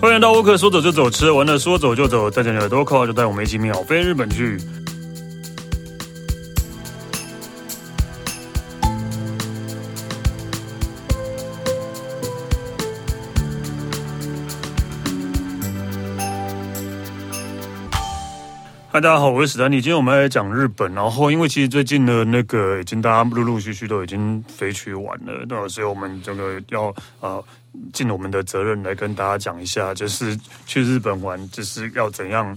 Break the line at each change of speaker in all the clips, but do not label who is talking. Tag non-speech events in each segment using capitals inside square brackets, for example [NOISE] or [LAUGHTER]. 欢迎到沃克，说走就走，吃完了说走就走，带着你的多扣，就带我们一起秒飞日本去。嗨，大家好，我是史丹利。今天我们来讲日本，然后因为其实最近的那个已经大家陆陆续续都已经飞去玩了，那所以我们这个要呃尽我们的责任来跟大家讲一下，就是去日本玩就是要怎样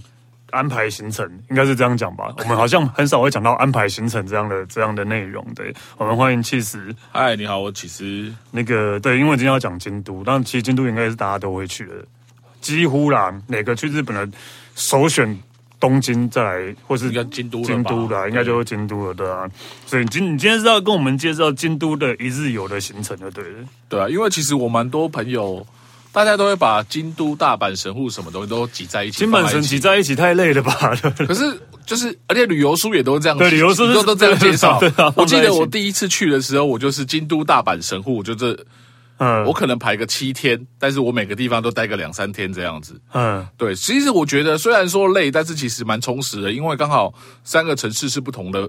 安排行程，应该是这样讲吧。我们好像很少会讲到安排行程这样的这样的内容。对，我们欢迎气死
嗨，你好，我其实
那个对，因为今天要讲京都，但其实京都应该是大家都会去的，几乎啦，每个去日本的首选东京，再来或是
应该京都了吧
京都啦，应该就是京都了，对啊。所以你今你今天是要跟我们介绍京都的一日游的行程，就对了。
对啊，因为其实我蛮多朋友，大家都会把京都、大阪、神户什么东西都挤在一起，
金本神
挤
挤。在一起太累了吧？ [LAUGHS]
可是就是，而且旅游书也都这样，
对旅游书是
都都这样介绍
对啊。
我记
放在一
得
起
我第一次去的时候，我就是京都、大阪、神户，我就这，
嗯
我可能排个七天，但是我每个地方都待个两三天这样子。
嗯，
对，其实我觉得虽然说累，但是其实蛮充实的，因为刚好三个城市是不同的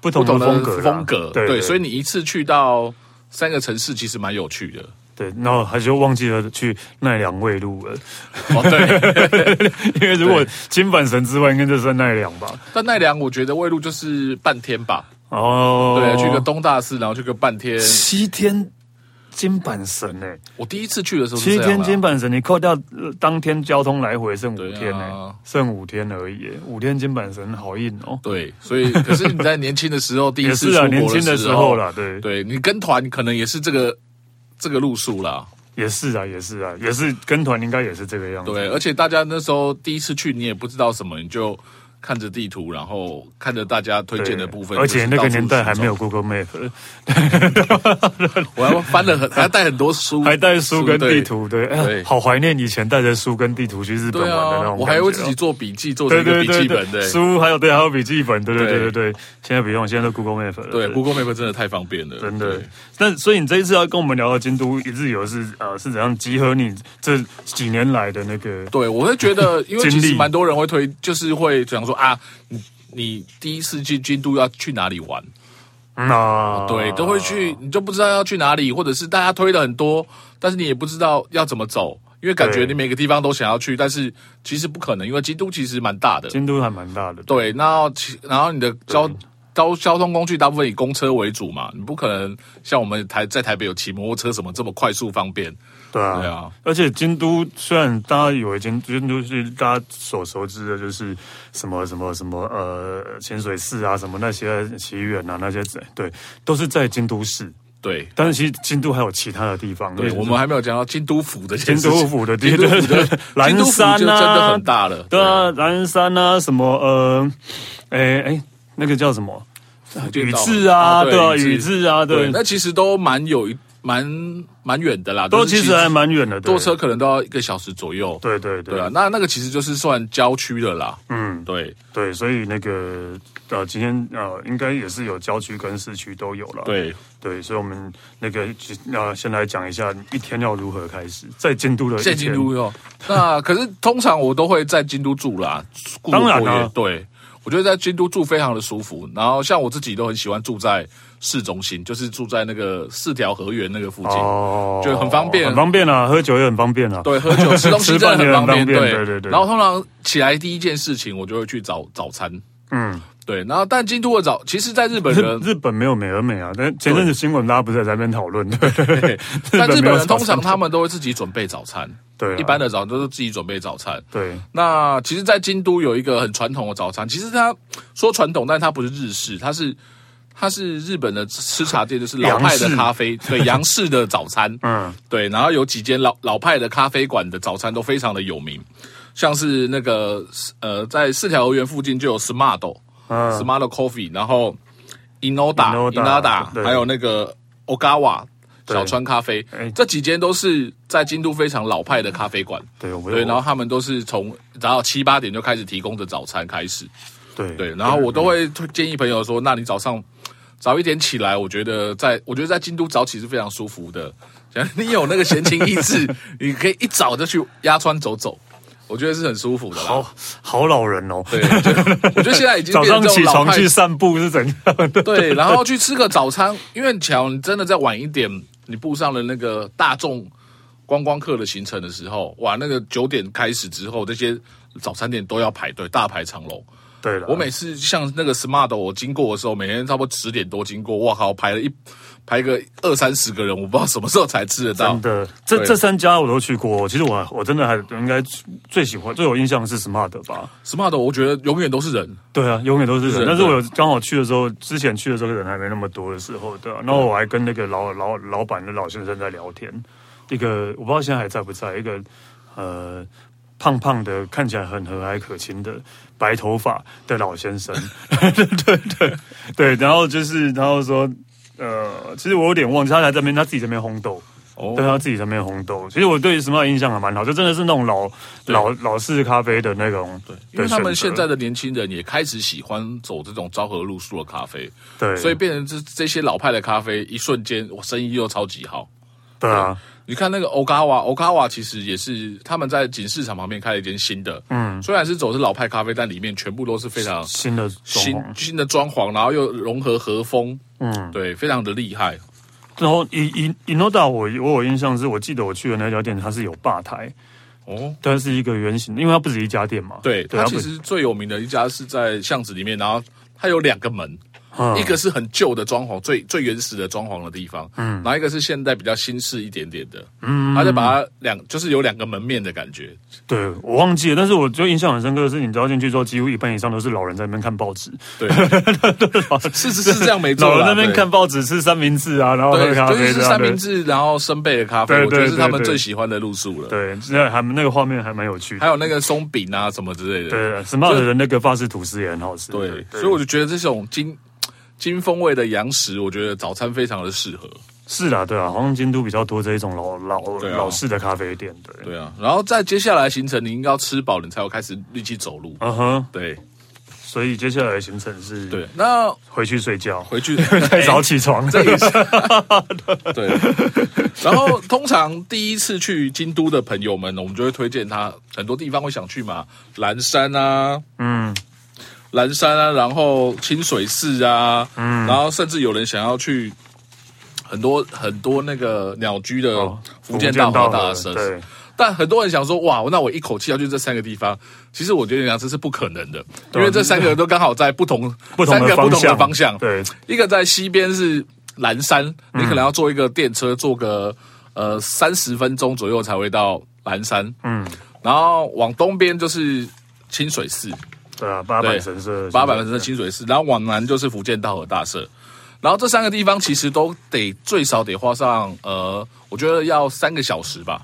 不
不
同
同
的
的
风格啦，
风格，
对对，
所以你一次去到三个城市，其实蛮有趣的。
对，然后还就忘记了去奈良卫路了， [LAUGHS]
哦，对，
因为如果
对
金本神之外，应该就算奈良吧。
但奈良我觉得未路就是半天吧，
哦，
对，去个东大寺，然后去个半天。
七天金板神呢、
我第一次去的时候是
七
这样啊
天
啦
金板神，你扣掉、呃当天交通来回剩五
对啊
天呢、剩五天而已欸、五天金板神好硬哦、
对，所以可是你在年轻的时
[LAUGHS]
候，第一
也
次
是
出
啊，
国
年轻的
的
时
时
候
候，
啦，对，
对你跟团可能也是这个这个路数啦。
也是啊，也是啊，也是跟团应该也是这个样子，
对，而且大家那时候第一次去，你也不知道什么，你就看着地图，然后看着大家推
对
荐的部分。
而且那个年代还没
有。
有 Google Map，
我还
[LAUGHS]
翻了很，还带很多书，
还带书跟
对
地。图，对，哎呀
对
好怀念以前带着书跟地图去日本
对
玩的那
啊，
种感觉哦、
我还会自己做笔记，做
对
成一个
对
笔
对
记
对
本的。
书，还有对，还有笔记本，对对对对
对
对，现在不用，现在都 Google Map 了，
对，Google Map 真的太方便了，
真的
对。
那所以你这一次要跟我们聊到京都一日游是呃是怎样集合你这几年来的那个
对，我会
[LAUGHS]
觉得，因为其
经
实
历
蛮多人会推，就是会想说啊，你你第一次去京都要去哪里玩？
那
嗯哦对，都会去，你就不知道要去哪里，或者是大家推了很多，但是你也不知道要怎么走，因为感觉
对
你每个地方都想要去，但是其实不可能，因为京都其实蛮大的。
京都还蛮大的，
对，那其然后你的交交交通工具大部分以公车为主嘛，你不可能像我们台在台北有骑摩托车什么这么快速方便。
对啊
对啊，
而且京都虽然大家以为京京都是大家所熟知的，就是什么什么什么呃浅水寺啊，什么那些奇缘啊那些对，都是在京都市，
对，
但是其实京都还有其他的地方，
对
例如
我们还没有讲到京都府的
京都府的地
京都府的
蓝
京都府
山啊，
就真的很大了。
对啊，蓝山啊，什么呃，哎哎，那个叫什么
对，
宇
到
治啊，对啊，宇
宇
治啊，对，
那其实都蛮有一蛮蛮远的啦，
都
但是
其实还蛮远的，对
坐车，可能都要一个小时左右。
对对对
对啊，那那个其实就是算郊区的啦。
嗯，
对
对，所以那个呃，今天呃，应该也是有郊区跟市区都有了，
对，
对，所以我们那个呃，先来讲一下一天要如何开始，在京都的一
在
天
京都哟。那可是通常我都会在京都住啦，故
[LAUGHS]
我
当然啊
过夜对，我觉得在京都住非常的舒服。然后像我自己都很喜欢住在市中心，就是住在那个四条河原那个附近。
哦，
就很方便
很方便啊，喝酒也很方便啊，
对，喝酒吃东西真的很方便，
[LAUGHS] 吃饭也很方便
对
对对对
然后通常起来第一件事情，我就会去找早餐。
嗯，
对，然后但京都的早，其实，在日本人
日日本没有美而美啊，但前阵子新闻大家不是也在那边讨论，对 [LAUGHS] 对对对，
[LAUGHS] 但日
没
本
有
人
早
通
餐
常他们都会自己准备早餐，
对啊
一般的早餐都是自己准备早餐。
对
那其实，在京都有一个很传统的早餐，其实它说传统，但它不是日式，它是它是日本的吃茶店，就是老派
洋
的
式
咖啡，对洋式的早餐，
嗯
对，然后有几间老老派的咖啡馆的早餐都非常的有名，像是那个呃，在四条河原附近就有 Smart、
嗯
Smart Coffee，然后 Inoda、
Inoda，对
还有那个 Ogawa
对
小川咖啡
哎，
这几间都是在京都非常老派的咖啡馆。
对，我
对，然后他们都是从然后七八点就开始提供的早餐开始，
对
对，然后我都
嗯
会推建议朋友说，那你早上早一点起来，我觉得在我觉得在京都早起是非常舒服的，想你有那个闲情逸
[LAUGHS]
致，你可以一早就去鸭川走走，我觉得是很舒服的啦。
好好老人哦。
对，我觉得我觉得现在已经
早
变成
上
这种
起
老
床
派
去散步是怎样的？
对，然后去吃个早餐，因为巧，你真的再晚一点，你步上了那个大众观光客的行程的时候，哇，那个九点开始之后，这些早餐店都要排队，大排长龙。
对了，
我每次像那个 Smart，我经过的时候，每天差不多十点多经过，哇靠，排了一排个二三十个人，我不知道什么时候才吃得到
真。的，这
对
这三家我都去过。其实我我真的还应该最喜欢、最有印象的是 Smart 吧？
Smart，我觉得永远都是人，
对啊，永远都是人。
人
但是我
对
有刚好去的时候，之前去的时候人还没那么多的时候，对啊。然后我还跟那个老老老板的老先生在聊天，一个我不知道现在还在不在，一个呃胖胖的，看起来很和蔼可亲的白头发的老先生， [LAUGHS] 对对对对。然后就是然后说，呃，其实我有点忘记，他还在那边他自己在那边烘豆。
哦
对他自己在那边烘豆，其实我对 Smart 印象还蛮好，就真的是那种老老老式咖啡的那种的选择，
因为他们现在的年轻人也开始喜欢走这种昭和路数的咖啡。
对，
所以变成这这些老派的咖啡，一瞬间我生意又超级好。
对啊，
你看那个 Ogawa Ogawa，其实也是他们在锦市场旁边开了一间新的，嗯，虽然是走的是老派咖啡，但里面全部都是非常
新的装
新
潢，
新的装潢，然后又融合和风，嗯，对，非常的厉害。
然后以以以诺达，我我有印象是我记得我去的那家店，它是有吧台，
哦，
但是一个圆形的，因为它不止一家店嘛。
对，它
它
其
不止
实最有名的一家是在巷子里面，然后它有两个门，
嗯
一个是很旧的装潢，最最原始的装潢的地方，嗯，然后一个是现在比较新式一点点的，嗯，它就把它两就是有两个门面的感
[LAUGHS]
觉，
对我忘记了，但是我就印象很深刻的是，你知道进去之后，几乎一半以上都是老人在那边看报纸，
对，是是是这样没错
老人
啦。
在那边
对
看报纸、吃三明治啊，然后喝
对，
咖
就
啡
是
这
三
样
明
的。
治，然后生贝的咖啡，
对
我觉得
对
是他们
对对
最喜欢的路数了。
对，那还那个画面还蛮有趣
还
的。
有那个松饼啊什么之类的，
对，Smart 的那个法式吐司也很好吃。
对，所以我就觉得这种金金风味的洋食，我觉得早餐非常的适合。
是啦，对啊，好像京都比较多这一种老老
对啊
老式的咖啡店。对，
对啊，然后再接下来行程，你应该要吃饱，你才有开始力气走路。
嗯哼，
对
所以接下来的行程是
对，那
回去睡觉，
回 [LAUGHS] 去
太早起床，
这也是对。然后通常第一次去京都的朋友们，我们就会推荐他很多地方会想去嘛，岚山啊，嗯，岚山啊，然后清水寺啊，嗯，然后甚至有人想要去。很多很多那个鸟居的
哦
福建道和大
福建道，
社
对，
但很多人想说，哇，那我一口气要去这三个地方，其实我觉得讲这是不可能的，因
啊
为这三个都刚好在不同
[LAUGHS] 不同
三
的
个不
方
同的
向，
方向，
对，嗯
一个在西边是蓝山，你可能要坐一个电车，坐个呃三十分钟左右才会到蓝山。嗯，然后往东边就是清水寺，
对啊，八
对
坂神社，
八百分之清水寺，然后往南就是福建道和大社。然后这三个地方其实都得最少得花上呃，我觉得要三个小时吧。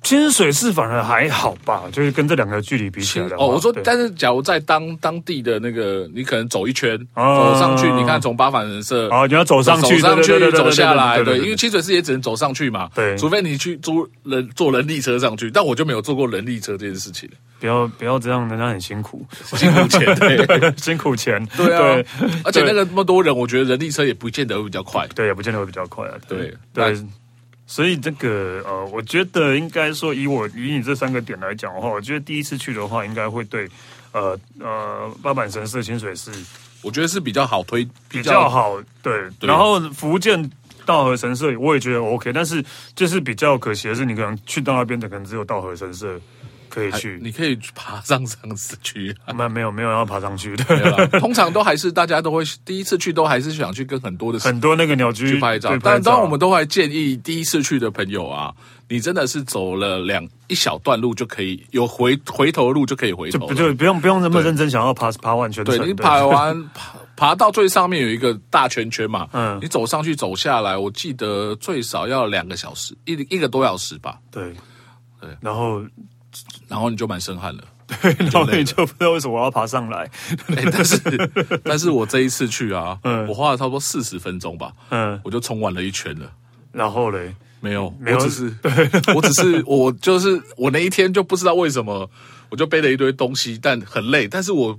清水寺反而还好吧，就是跟这两个距离比起来的话
哦，我说，
对
但是假如在当当地的那个，你可能走一圈，
哦
走上去，你看从八反人社，
哦，你要走上去，
走上
对对对
去，
对对
走下来，
对
对，
对，
因为清水寺也只能走上去嘛，
对
除非你去租人坐人力车上去，但我就没有坐过人力车这件事
[LAUGHS]
情，
不要不要这样，人家很辛苦，
辛苦钱，对
辛苦钱，
对啊，而且
[LAUGHS] 对
那个那么多人，我觉得人力车也不见得会比较快，
对，也不见得会比较快啊。
对
对，所以这个呃，我觉得应该说，以我以你这三个点来讲的话，我觉得第一次去的话，应该会对呃呃八坂神社、清水寺
我觉得是比较好推，
比较好。对，
对
然后福建。道和神社我也觉得 OK，但是就是比较可惜的是，你可能去到那边的可能只有道和神社可以
还
去，
你可以爬上上市区。
没没有没有要爬上去的，
对啦通常都还是大家都会第一次去，都还是想去跟
[LAUGHS]
很多的
[LAUGHS] 很多那个鸟居
去拍照
对。
但当然，我们都还建议第一次去的朋友啊，你真的是走了两一小段路就可以有回回头路就可以回头
不
了。
就不用不用那么认真想要爬爬完全程，
对你爬完 [LAUGHS] 爬爬到最上面有一个大圈圈嘛，
嗯
嗯，你走上去走下来，我记得最少要两个小时，一一个多小时吧，
对
对，
然后
然后你就满身汗了。
然后你就不知道为什么我要爬上来。
哎但是但是我这一次去啊，
嗯
我花了差不多四十分钟吧，
嗯，
我就冲完了一圈了。
然后嘞，
没有，
有
我只是，我只是， [LAUGHS] 我就是我那一天就不知道为什么，我就背了一堆东西，但很累，但是我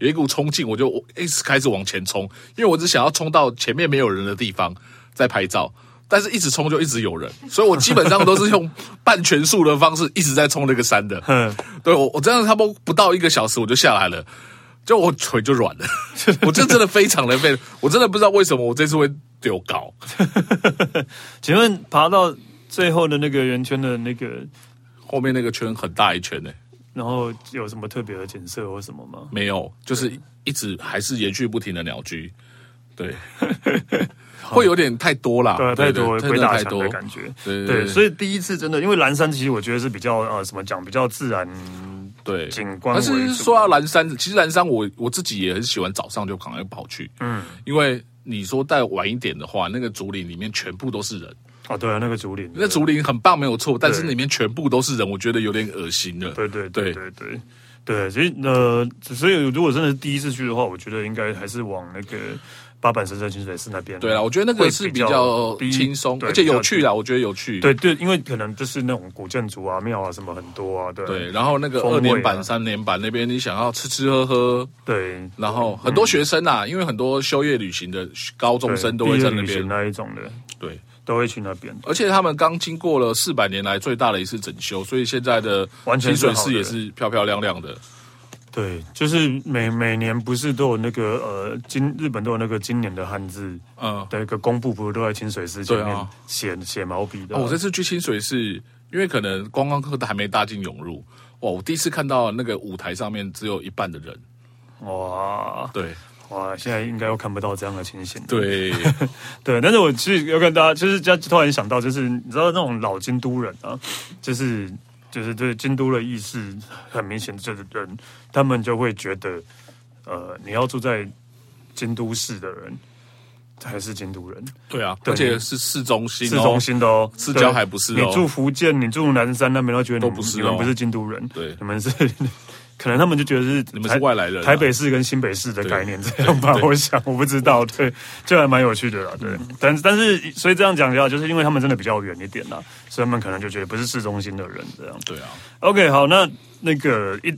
有一股冲劲，我就我一直开始往前冲，因为我只想要冲到前面没有人的地方再拍照。但是一直冲就一直有人，所以我基本上都是用半全速的方式一直在冲那个山的。
嗯
[LAUGHS] 对我，我真的差不多不到一个小时我就下来了，就我腿就 [LAUGHS] 软了，我这真的非常的废，我真的不知道为什么我这次会丢高。
请问爬到最后的那个圆圈的那个，
后面那个圈很大一圈呢、
然后有什么特别的景色或什么吗？
没有，就是一直还是延续不停的鸟居，对，会有点太多啦，
对，啊太多
真
鬼
的
打
太
墙
多
的，感觉。
对
对，所以第一次真的，因为蓝山其实我觉得是比较呃，怎么讲，比较自然
对
景观为
但
主。
是说到蓝山，其实蓝山我我自己也很喜欢早上就赶快跑去，嗯，因为你说再晚一点的话，那个竹林里面全部都是人，
哦，对啊，那个竹林，
那竹林很棒没有错，但是
对
里面全部都是人，我觉得有点恶心了。
对对
对
对对对对，所以呃，所以如果真的是第一次去的话，我觉得应该还是往那个八坂神社清水寺那边。
对啦，我觉得那个是比较
比较
轻松，
对
而且有趣
比
啦，我觉得有趣。
对对，因为可能就是那种古建筑啊、庙啊什么很多啊，对
对，然后那个
风味
二
啊
连板、三连板那边，你想要吃吃喝喝，
对，
然后很多学生啊，因为很多休业旅行的高中
嗯对
生都会在
毕业
那
旅行
边，
那一种的，
对，
都会去那边。
而且他们刚经过了四百年来最大的一次整修，所以现在的
完全是好
清水
的
寺也是漂漂亮亮的。
对，就是每每年不是都有那个呃，今日本都有那个今年的汉字
嗯，
的一个公布，不是都在清水寺前
对
面
啊
写写毛笔的啊、
哦我这次去清水寺，因为可能观光客还没大进涌入，哇，我第一次看到那个舞台上面只有一半的人。
哇
对
哇，现在应该又看不到这样的情形。 [LAUGHS]
对，
对，但是我其实要跟大家，就是这样突然想到，就是你知道那种老京都人啊，就是就是对京都的意识很明显，就是人他们就会觉得，呃，你要住在京都市的人才是京都人，
对啊，
对
而且是市中心、哦，
市中心的哦，
市
对
郊还不是哦
你住福建，你住南山那边，都觉得你嗯
都不是
你
哦
们不是京都人，
对
你们是。 [LAUGHS] 可能他们就觉得是
你们
台
是外来人啊
台北市跟新北市的概念这样吧
对，对嗯
我想我不知道，对，就还蛮有趣的啦，对。但但是所以这样讲的话，就是因为他们真的比较远一点啦，所以他们可能就觉得不是市中心的人这样。
对啊，
OK，好，那那个一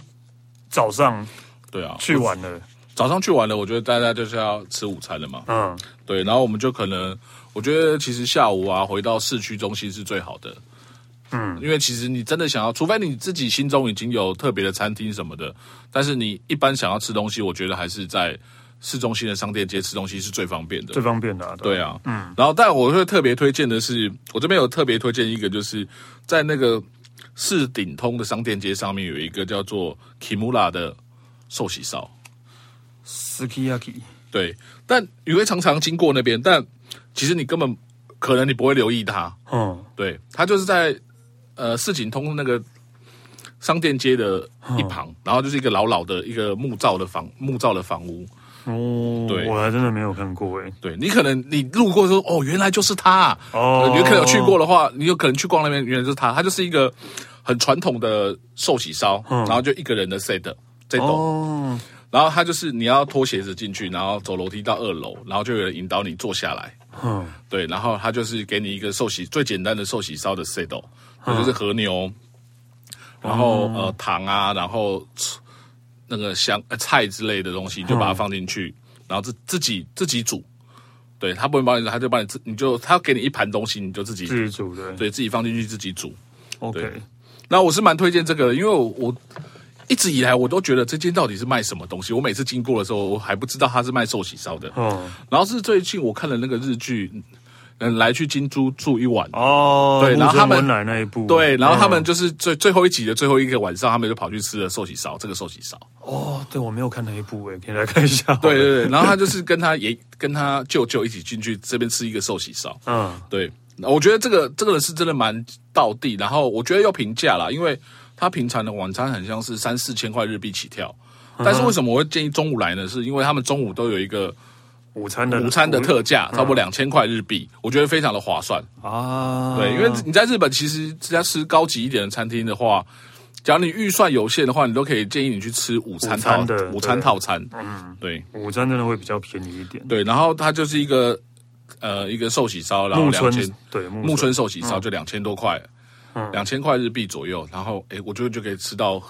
早上
对啊，
去玩了，
早上去完了，我觉得大家就是要吃午餐了嘛。
嗯，
对，然后我们就可能，我觉得其实下午啊，回到市区中心是最好的。嗯，因为其实你真的想要，除非你自己心中已经有特别的餐厅什么的，但是你一般想要吃东西，我觉得还是在市中心的商店街吃东西是最方便的
最。方便的、啊，
对啊，嗯，然后但我会特别推荐的是，我这边有特别推荐一个，就是在那个市顶通的商店街上面有一个叫做 Kimura 的寿喜烧。
，Sukiyaki，
对，但你会常常经过那边，但其实你根本可能你不会留意它。
嗯，
对，它就是在呃市井通那个商店街的
哦
一旁，然后就是一个老老的一个木造的房木造的房屋。
哦，
对
我还真的没有看过哎、
对你可能你路过说哦，原来就是它啊。
哦
呃你可能有去过的话，你有可能去逛那边，原来就是它。它就是一个很传统的寿喜烧，然后就一个人的 set 这
嗯
种。
哦，
然后它就是你要脱鞋子进去，然后走楼梯到二楼，然后就有人引导你坐下来。
嗯，
对，然后他就是给你一个寿喜最简单的寿喜烧的 set，那就是和牛，然后、呃糖啊，然后那个香、呃、菜之类的东西，你就把它放进去，然后自自己自己煮。对他不会帮你，他就帮你自你就他给你一盘东西，你就自己
自己煮的
对自己放进去自己煮。
，OK，
那我是蛮推荐这个的，因为我我一直以来我都觉得这间到底是卖什么东西，我每次经过的时候我还不知道它是卖寿喜烧的。
嗯，
然后是最近我看了那个日剧，嗯，来去京都住一晚。
哦，
对然后他们
木村文乃那一部，
对，然后他们
嗯、
就是最最后一集的最后一个晚上，他们就跑去吃了寿喜烧，这个寿喜烧。
哦，对我没有看那一部诶，可以来看一 [LAUGHS] 下，
对，对对，然后他就是跟他爷、跟他舅舅一起进去这边吃一个寿喜烧。
嗯，
对，我觉得这个这个人是真的蛮到地，然后我觉得要评价啦，因为他平常的晚餐很像是三四千块日币起跳，
嗯
但是为什么我会建议中午来呢？是因为他们中午都有一个
午餐的
午餐的特价，
嗯
差不多两千块日币，我觉得非常的划算。
啊，
对，因为你在日本其实只要吃高级一点的餐厅的话，假如你预算有限的话，你都可以建议你去吃午餐套
午餐的
午餐
对
套餐。嗯，对
午餐真的会比较便宜一点，
对，然后它就是一个呃一个寿喜烧，然后
木
两
村嗯
千
对木
木村寿喜烧就两千多块，两千块日币左右，然后诶，我觉得就可以吃到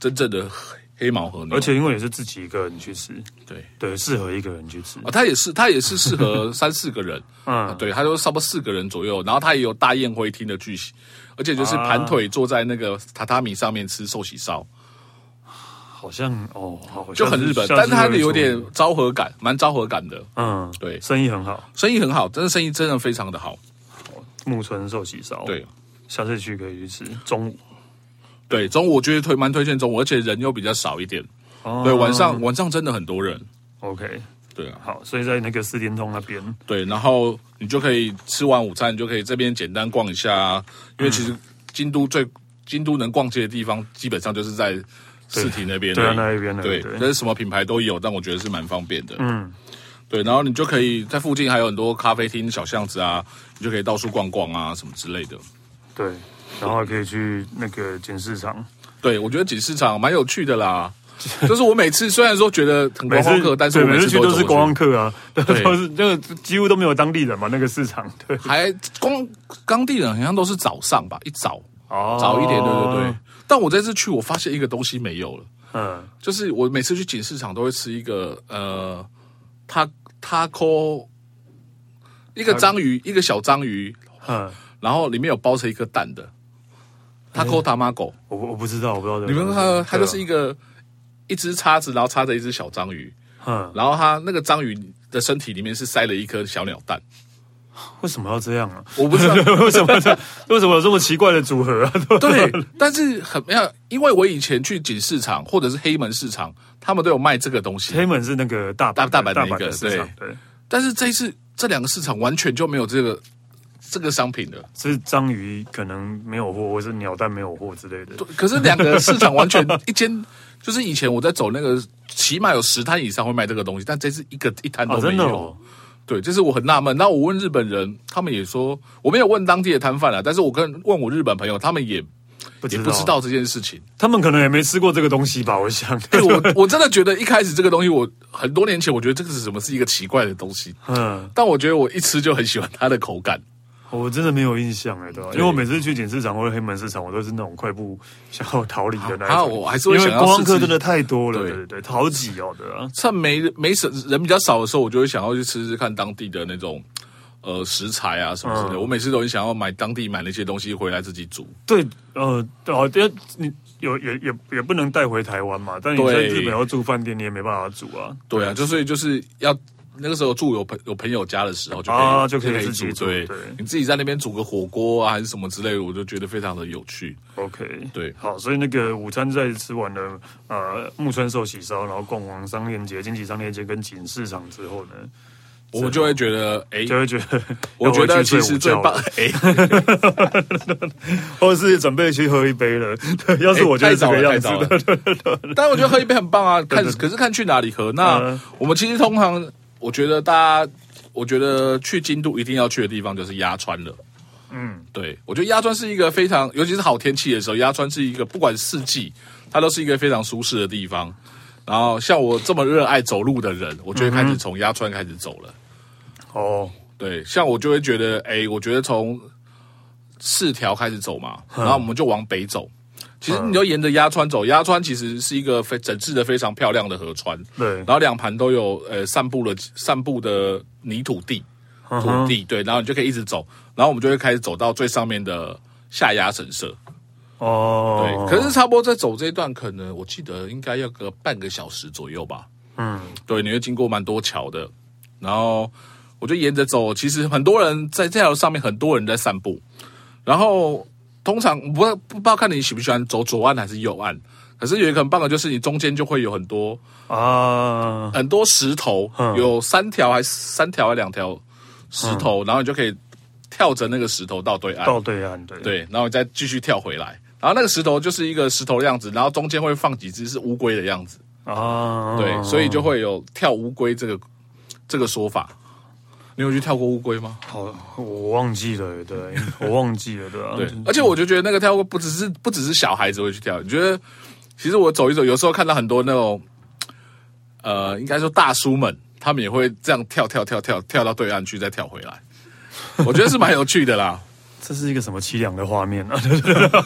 真正的黑毛和牛，
而且因为也是自己一个人去吃，
对
对，适合一个人去吃
啊，。它也是它也是
[LAUGHS]
适合三四个人，
嗯
啊对，它就差不多四个人左右，然后它也有大宴会厅的巨型，而且
啊
就是盘腿坐在那个榻榻米上面吃寿喜烧，
好像哦，好
就很日本，但是它有点昭和感，蛮昭和感的，
嗯，
对
生意很好。
生意很好，真的生意真的非常的好，
木村寿喜烧，
对，
下次去可以去吃。中午，
对，中午我觉得推蛮推荐中午，而且人又比较少一点，
哦
对，晚上晚上真的很多人，
OK，
对啊，
好，所以在那个四天通那边，
对，然后你就可以吃完午餐，你就可以这边简单逛一下啊，因为其实京都最京都能逛街的地方，基本上就是在市体那边
对
而
啊，
已，
那一边的
对，但是什么品牌都有，但我觉得是蛮方便的。
嗯，
对，然后你就可以在附近还有很多咖啡厅、小巷子啊，你就可以到处逛逛啊，什么之类的。
对，然后还可以去那个检市场，
对，我觉得锦市场蛮有趣
[LAUGHS]
的啦。就是我每次虽然说觉得很
每
观
次
光客，但是
对
我
每次去
都
都
会
是
走过去
观光客啊， [LAUGHS]
对
都是那个几乎都没有当地人嘛，那个市场， [LAUGHS] 对，
还光当地人好像都是早上吧，一早
哦
早一点，对对对，。但我这次去，我发现一个东西没有了，
嗯，
就是我每次去锦市场都会吃一个呃，他他 o 一个章鱼，一个小章鱼，
嗯，
然后里面有包着一颗蛋的，他 o 塔玛狗，
我我不知道，我不知道这个
哎你
东西，
们它它就是
对
一个啊一只叉子，然后插着一只小章鱼，
啊，嗯，
然后它那个章鱼的身体里面是塞了一颗小鸟蛋，
为什么要这样啊？ [LAUGHS]
我不知道 [LAUGHS]
为什么这为什么有这么奇怪的组合啊？ [LAUGHS]
对，但是很要，因为我以前去锦市场或者是黑门市场，他们都有卖这个东西，
黑门是那个大阪
大大阪
大
的一个
阪的市场，对，
但是这一次这两个市场完全就没有这个这个商品了。
是章鱼可能没有货，或是鸟蛋没有货之类的。
对可是两个市场完全一间，就是以前我在走那个，起码有十摊以上会卖这个东西，但这次一个一摊都
哦，
没
真的
有。
哦，
对，这是我很纳闷。那我问日本人，他们也说我没有问当地的摊贩啊，但是我跟问我日本朋友，他们也
不
也
知
不知
道，
道这件
[LAUGHS]
事情。
他们可能也没吃过这个东西吧？我想，
对哎我我真的觉得一开始这个东西我，很多年前我觉得这个是什么是一个奇怪的东西，
[LAUGHS] 嗯，
但我觉得我一吃就很喜欢它的口感。
哦我真的没有印象哎，对吧？因为我每次去景市场或者黑门市场，我都是那种快步想要逃离的那一
啊，
种。
我还是
因
会
为
想要
观光
试
客真的
吃。
太多了，
对
对对对，好挤哦，对啊，
趁没没什人比较少的时候，我就会想要去吃吃看当地的那种呃食材啊什么之类的。
嗯
我每次都很想要买当地买那些东西回来自己煮。
对，呃，哦，对，你有也也也不能带回台湾嘛，但你在
对
日本要住饭店，你也没办法煮啊，
对啊，就所以就是要那个时候住有朋有朋友家的时候就可以、
啊就可以自己
煮，
煮
对
对
你自己在那边煮个火锅啊还是什么之类的，我就觉得非常的有趣。
OK，
对
好，所以那个午餐在吃完了呃木村寿喜烧，然后逛完商店街、经济商店街跟锦市场之后呢，
我们就会觉得，哎、
就会觉得
[LAUGHS] 我觉
要
得
回去
其
睡
实
午
最哎
觉
棒
了，，
哎、
[LAUGHS] 或者是准备去喝一杯了。 [LAUGHS] 对，要是我觉
太
得这
早
个
了，
样
哎太
子
早了
的，。 [LAUGHS]
但我觉得喝一杯很棒啊，看可是看去哪里喝。那
嗯
我们其实通常，我觉得大家，我觉得去京都一定要去的地方就是鸭川了。
嗯，
对，我觉得鸭川是一个非常，尤其是好天气的时候，鸭川是一个不管四季，它都是一个非常舒适的地方。然后像我这么热爱走路的人，我就会
嗯
开始从鸭川开始走了。
哦，
对，像我就会觉得，哎，我觉得从四条开始走嘛，然后我们就往北走。其实你就沿着鸭川走，鸭川其实是一个非整治的非常漂亮的河川，
对
然，后两旁都有呃散布了散布的泥土地
嗯
土地，对，然后你就可以一直走，然后我们就会开始走到最上面的下鸭神社，对，
哦，
可是差不多在走这一段，可能我记得应该要个半个小时左右吧，
嗯，
对，你会经过蛮多桥的。然后我就沿着走，其实很多人在这条上面，很多人在散步。然后通常不不知道看你喜不喜欢走左岸还是右岸，可是有一个很棒的就是你中间就会有很多
啊，
很多石头，
嗯
有三条还是三条还是两条石头，然后你就可以跳着那个石头到对岸，
到对岸，对，
对，然后你再继续跳回来。然后那个石头就是一个石头的样子，然后中间会放几只是乌龟的样子。
啊，
对，所以就会有跳乌龟这个这个说法。你有去跳过乌龟吗？
好，我忘记了，对，我忘记了，对啊，
对，而且我就觉得那个跳过不只是不只是小孩子会去跳，你觉得？其实我走一走，有时候看到很多那种，呃，应该说大叔们，他们也会这样跳跳跳跳跳到对岸去，再跳回来。我觉得是蛮有趣的啦。
[LAUGHS] 这是一个什么凄凉的画面啊！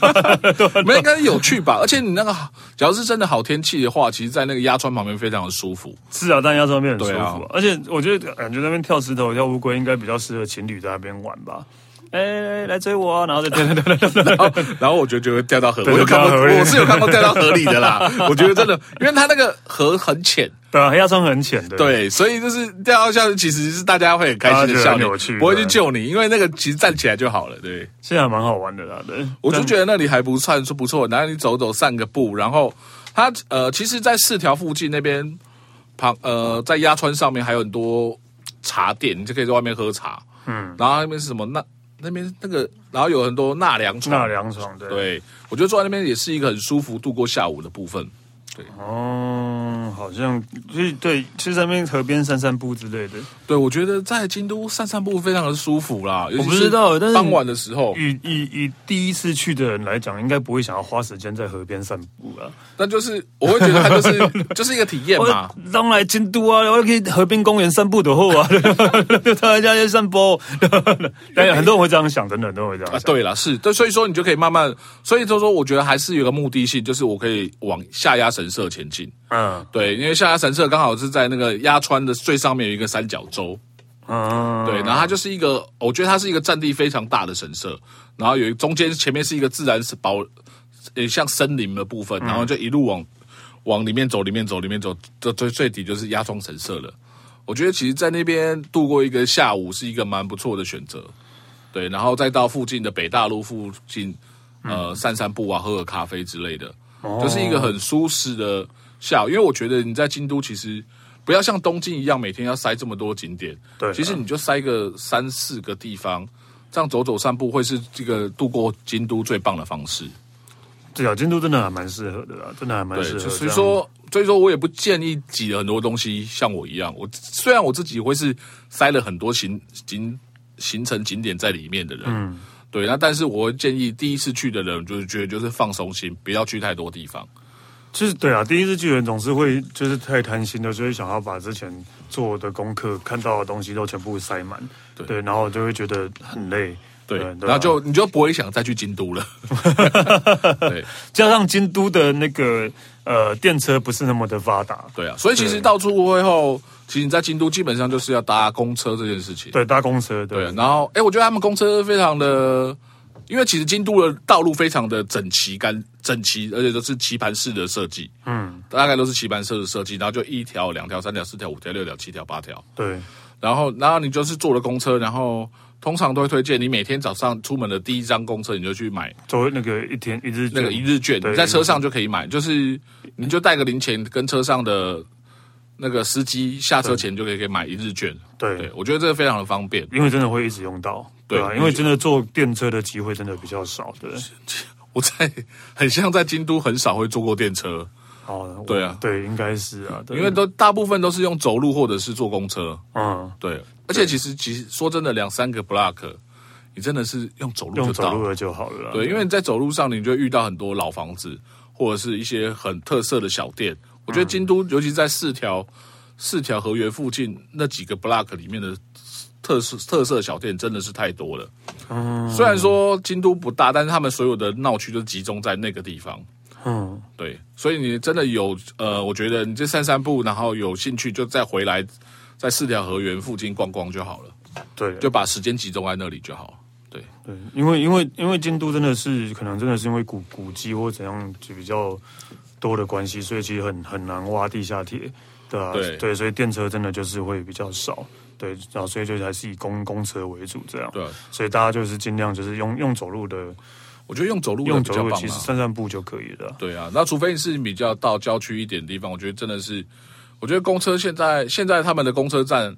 [LAUGHS]
没应该有趣吧？而且你那个，假如是真的好天气的话，其实，在那个鸭川旁边非常的舒服。
是啊，但压上面很舒服、
对啊
而且我觉得感觉那边跳石头、跳乌龟应该比较适合情侣在那边玩吧。哎、来追我啊！然后再对对对对对，
哦， [LAUGHS] 然后我觉得就会掉到河，
对
我有看过，
掉到河里
我是有看过掉到河里
[LAUGHS]
的啦。我觉得真的，因为它那个河很浅，
对啊，压上很浅的，，
对，所以就是掉到下去，其实是大家会很开心的
大家觉得
笑
很
你
有趣，
不会去
对
救你，因为那个其实站起来就好了。对，
现在还蛮好玩的啦。对，
我就觉得那里还不算是不错，然后你走走散个步，然后它呃，其实，在四条附近那边旁呃，在鸭川上面还有很多茶店，你就可以在外面喝茶。嗯，然后那边是什么？那那边那个，然后有很多纳凉
但纳
床。
凉床对，
对，我觉得坐在那边也是一个很舒服度过下午的部分。
哦，好像就是对去那边河边散散步之类的。
对，我觉得在京都散散步非常的舒服啦。我
我不知道但是
傍晚的时候，
以以以第一次去的人来讲，应该不会想要花时间在河边散步啊。
那就是我会觉得它就是就是一个体验嘛。
[LAUGHS] 我当来京都啊，我可以河滨公园散步的后啊， [LAUGHS] 他在家里散步。 [LAUGHS] 但很多人会这样想，真的很多人会这
啊，
样想。
对了，是对，所以说你就可以慢慢，所以就说我觉得还是有个目的性，就是我可以往下压神社前进。
嗯
对，因为下压神社刚好是在那个鸭川的最上面有一个三角洲，
嗯，
对，然后它就是一个，我觉得它是一个占地非常大的神社，然后有一中间前面是一个自然是保，呃，像森林的部分，然后就一路往往里面走，里面走，里面走，这最最底就是鸭川神社了。我觉得其实，在那边度过一个下午是一个蛮不错的选择，对，然后再到附近的北大陆附近，呃，散散步啊，喝喝咖啡之类的，就是一个很舒适的下午。因为我觉得你在京都其实不要像东京一样每天要塞这么多景点，
对
其实你就塞个三四个地方，这样走走散步会是这个度过京都最棒的方式。
对啊，京都真的还蛮适合的啦，真的还蛮
对，
适合。
所以，说，所以说我也不建议挤了很多东西，像我一样，我虽然我自己会是塞了很多行行行程景点在里面的人，嗯，对，那但是我会建议第一次去的人，就是觉得就是放松心，不要去太多地方。
就是对啊，第一次去的人总是会就是太贪心了，所以想要把之前做的功课、看到的东西都全部塞满。
对
对，然后就会觉得很累。
对，
对对啊
然后就你就不会想再去京都
[LAUGHS]
了。对
加上京都的那个呃电车不是那么的发达，
对啊，所以其实到出国会后，其实你在京都基本上就是要搭公车这件事情。
对，搭公车，对
对，然后哎，我觉得他们公车非常的，因为其实京都的道路非常的整齐干整齐，而且都是棋盘式的设计，嗯，大概都是棋盘式的设计，然后就一条、两条、三条、四条、五条、六条、七条、八条，
对
然后然后你就是坐了公车，然后通常都会推荐你每天早上出门的第一张公车，你就去买
作为那个一天一日
那个一日券，
对
你在车上就可以买，就是你就带个零钱，跟车上的那个司机下车前就可以可以买一日券，
对
对我觉得这个非常的方便。
因为真的会一直用到，
对
对啊，因为真的坐电车的机会真的比较少，对。
我在很像在京都很少会坐过电车，
好，我
对啊
对，应该是啊，对
因为都大部分都是用走路或者是坐公车。
嗯，
对，而且其实其实说真的，两三个 block，你真的是用走路
用
就
走
到。
路的就好了啦，
对，因为你在走路上，你就会遇到很多老房子或者是一些很特色的小店。我觉得京
嗯
都，尤其在四条四条河原附近那几个 block 里面的特色特色小店真的是太多了。
嗯
虽然说京都不大，但是他们所有的闹区都集中在那个地方。
嗯，
对，所以你真的有呃，我觉得你这散散步，然后有兴趣就再回来，在四条河原附近逛逛就好了，
对，
就把时间集中在那里就好了。对，
对，因为因为因为京都真的是可能真的是因为古古迹或怎样就比较多的关系，所以其实很很难挖地下铁，对啊，
对
所以电车真的就是会比较少，对，然后所以就还是以公公车为主这样，
对，啊
所以大家就是尽量就是用用走路的
我觉得用走路的
用
比
走
较
路，
棒
其实
啊。
散散步就可以了。
对啊，那除非是比较到郊区一点的地方，我觉得真的是，我觉得公车现在现在他们的公车站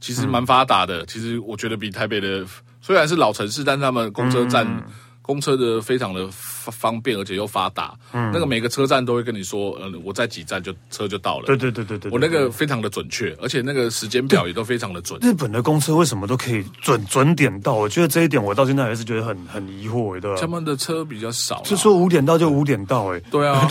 其实蛮发
嗯
达的，其实我觉得比台北的虽然是老城市，但是他们公车站、
嗯
公车的非常的方方便，而且又发达。
嗯
那个每个车站都会跟你说，嗯、我在几站就车就到了。
对对对对对，
我那
对
个非常的准确，而且那个时间表也都非常的准。
日本的公车为什么都可以准准点到？我觉得这一点我到现在还是觉得很很疑惑，欸对
他
吧？
们的车比较少啦，
就说五点到就五点到、哎，[LAUGHS]
对啊，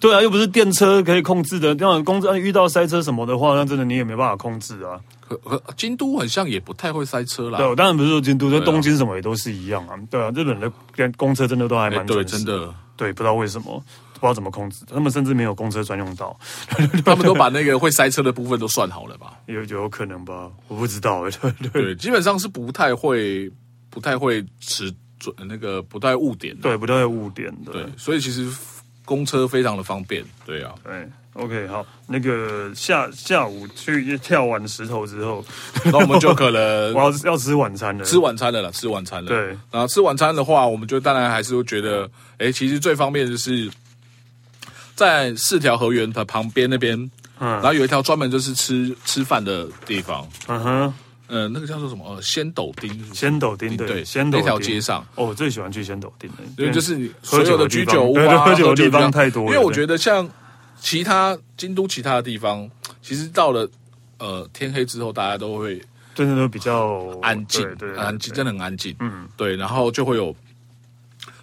对啊，又不是电车可以控制的，那种公车遇到塞车什么的话，那真的你也没办法控制啊。
可可京都很像也不太会塞车啦。
对，我当然不是说京都，在
啊
东京什么也都是一样啊。对啊，日本的公车真的都还
哎、
蛮
对，
准时
真的，
对，不知道为什么，不知道怎么控制，他们甚至没有公车专用道， [LAUGHS]
他们都把那个会塞车的部分都算好了吧？
有有可能吧？我不知道，对 [LAUGHS] 对 [LAUGHS] 对
对，基本上是不太会，不太会迟准那个不太误点的。
对，不太误点的。
对，所以其实公车非常的方便。
[LAUGHS]
对啊，
对 o k 哎好，那个下下午去跳完石头之后，
那我们就可
[LAUGHS] 我
能
要要吃晚餐了。
哦吃晚餐了啦，吃晚餐了。
对，
然后吃晚餐的话，我们就当然还是会觉得，哎，其实最方便的是在四条河原的旁边那边，然后有一条专门就是吃吃饭的地方，
嗯哼，
嗯、那个叫做什么？呃，仙斗町是不是。
仙斗町对，
对
仙斗
那条
町
街上，
哦，我最喜欢去仙斗町了，
因为就是
喝
所
酒
有
的
的
地
居
方
酒屋
对对
啊，
喝酒的地
比较
方太多了
因为我
对
觉得像其他京都其他的地方，其实到了呃天黑之后，大家都会
真的都比较
安静
哦
呃
对，对，
安静，真
的，
的很安静。
嗯，
对，然后就会有，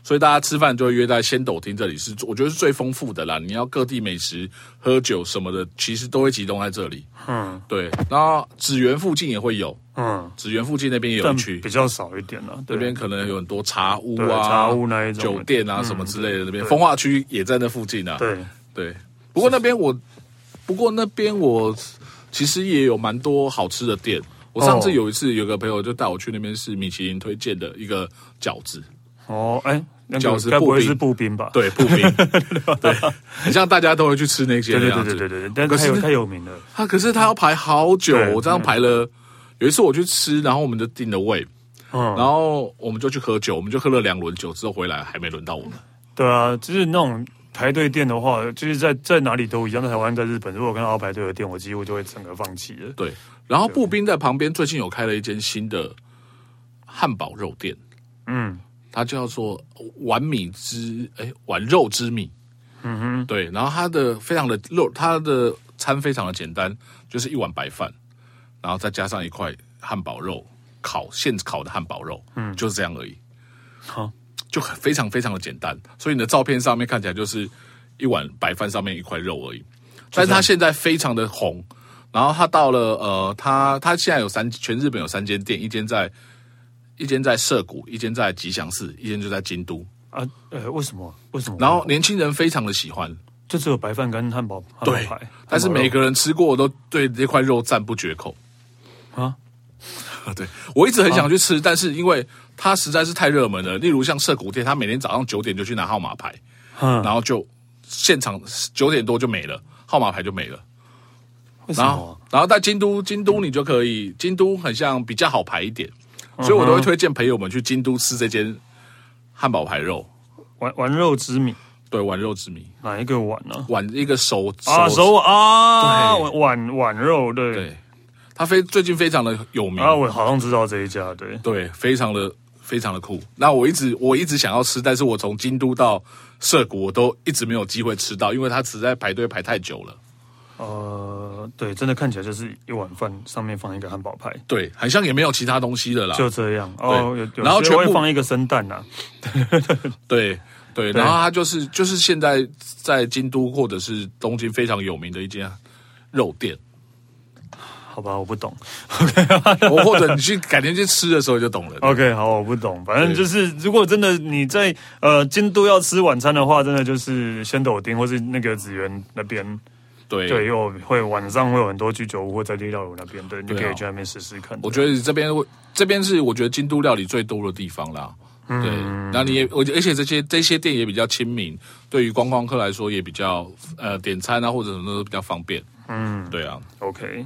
所以大家吃饭就会约在仙斗町这里，是我觉得是最丰富的啦。你要各地美食、喝酒什么的，其实都会集中在这里。
嗯
对，然后紫园附近也会有，
嗯，
紫园附近那边也有
但
去
比。较少一点了，
那
对
边可能有很多茶屋
对
啊、
茶屋那一种嗯
酒店啊什么之类的，那边
对
风化区也在那附近啊。
对，
对，不过那边我，不过那边我其实也有蛮多好吃的店。我上次
哦
有一次有个朋友就带我去那边是米其林推荐的一个饺子，
哦，哎，那
饺
个
子
该不会
步兵
是步兵吧？
对，
[LAUGHS]
步兵，对，很像大家都会去吃那些
对对
那样
对
子。
对对对，但
可
太
是
有
那
太有名了，
他可是他要排好久
对，
我这样排了。有一次我去吃，然后我们就定了位，然
嗯，
后我们就去喝酒，我们就喝了两轮酒之后回来，还没轮到我们。
对啊，就是那种。排队店的话，就是在在哪里都一样，在台湾、在日本，如果看到排队的店，我几乎就会整个放弃了。
对，然后步兵在旁边最近有开了一间新的汉堡肉店，
嗯，
它叫做碗米之哎碗肉之米，嗯哼，对，然后它的非常的肉，它的餐非常的简单，就是一碗白饭，然后再加上一块汉堡肉，烤现烤的汉堡肉，嗯，就是这样而已，
好，
就很非常非常的简单，所以你的照片上面看起来就是一碗白饭上面一块肉而已，但是它现在非常的红。然后它到了呃，它它现在有三全日本有三间店，一间在一间在涩谷，一间在吉祥寺，一间就在京都。
啊，呃，为什么？为什么？
然后年轻人非常的喜欢，
就只有白饭跟汉堡，汉堡排汉堡
但是每
肉
个人吃过都对这块肉赞不绝口。 [LAUGHS]
啊，
对我一直很想去吃，但是因为它实在是太热门了。例如像涩谷店，它每天早上九点就去拿号码牌，
嗯
然后就现场九点多就没了，号码牌就没了。
为什
然
么
后？，然后在京都，京都你就可以，京都很像比较好排一点，
嗯
所以我都会推荐朋友们去京都吃这间汉堡排肉，
玩玩肉之米
对，碗肉之谜，
哪一个碗呢？
碗一个手
啊，手碗啊，
对
碗碗碗肉对
对，它非最近非常的有名，
啊，我好像知道这一家对，
对，非常的非常的酷。那我一直我一直想要吃，但是我从京都到涩谷，我都一直没有机会吃到，因为它实在排队排太久了。
呃，对，真的看起来就是一碗饭上面放一个汉堡排，
对，好像也没有其他东西了啦。
就这样哦。
对
有有
然后
些
全部
会放一个生蛋啊呐，
对对，然后它就是就是现在在京都或者是东京非常有名的一间肉 [LAUGHS] 店，
好吧，我不懂。
我或者你去改天去吃的时候你就懂了。
[LAUGHS] OK，好，我不懂，反正就是，如果真的你在呃京都要吃晚餐的话，真的就是仙斗町或是那个紫园那边。
对
对，又会晚上会有很多居酒屋或在力道楼那边，对，你
对啊
可以去那边试试看。
我觉得这边会这边是我觉得京都料理最多的地方啦。对，那你也，我觉得而且这些这些店也比较亲民，对于观光客来说也比较呃点餐啊或者什么都比较方便。嗯，对啊，
OK，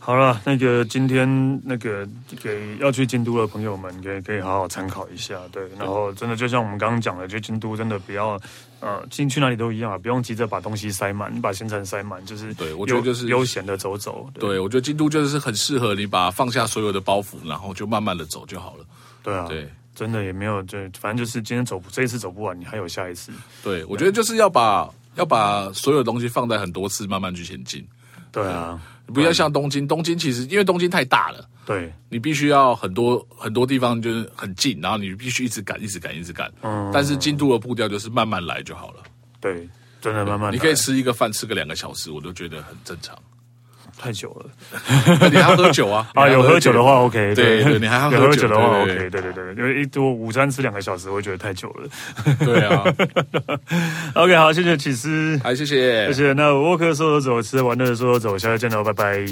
好了，那个今天那个给要去京都的朋友们，可以可以好好参考一下。对，然后真的就像我们刚刚讲的，就京都真的不要呃，进去哪里都一样啊，不用急着把东西塞满，把行程塞满，就是
对我觉得
悠
就是
悠闲的走走。对
对我觉得京都就是很适合你把放下所有的包袱，然后就慢慢的走就好了。
对啊，
对
真的也没有，就反正就是今天走不这一次走不完，你还有下一次。
对，我觉得就是要把要把所有东西放在很多次，慢慢去前进，
对啊，
不要像东京，东京其实因为东京太大了。
对，
你必须要很多很多地方就是很近，然后你必须一直赶，一直赶，一直赶。
嗯
但是京都的步调就是慢慢来就好了。
对，真的慢慢来
你可以吃一个饭，吃个两个小时，我都觉得很正常。
太久了。
那你还要喝酒
[LAUGHS]
啊？
啊，
你还要
有喝酒的话，OK，[LAUGHS]
对对，你还要
有喝
酒
酒的话
对
，OK，对对对，因为一多午餐吃两个小时，我会觉得太久
[LAUGHS]
了。
[LAUGHS] 对啊，
OK，好，谢谢起司， [LAUGHS]
好，谢谢
谢谢。那沃克说走走，吃完的说走走，下次见喽，拜拜。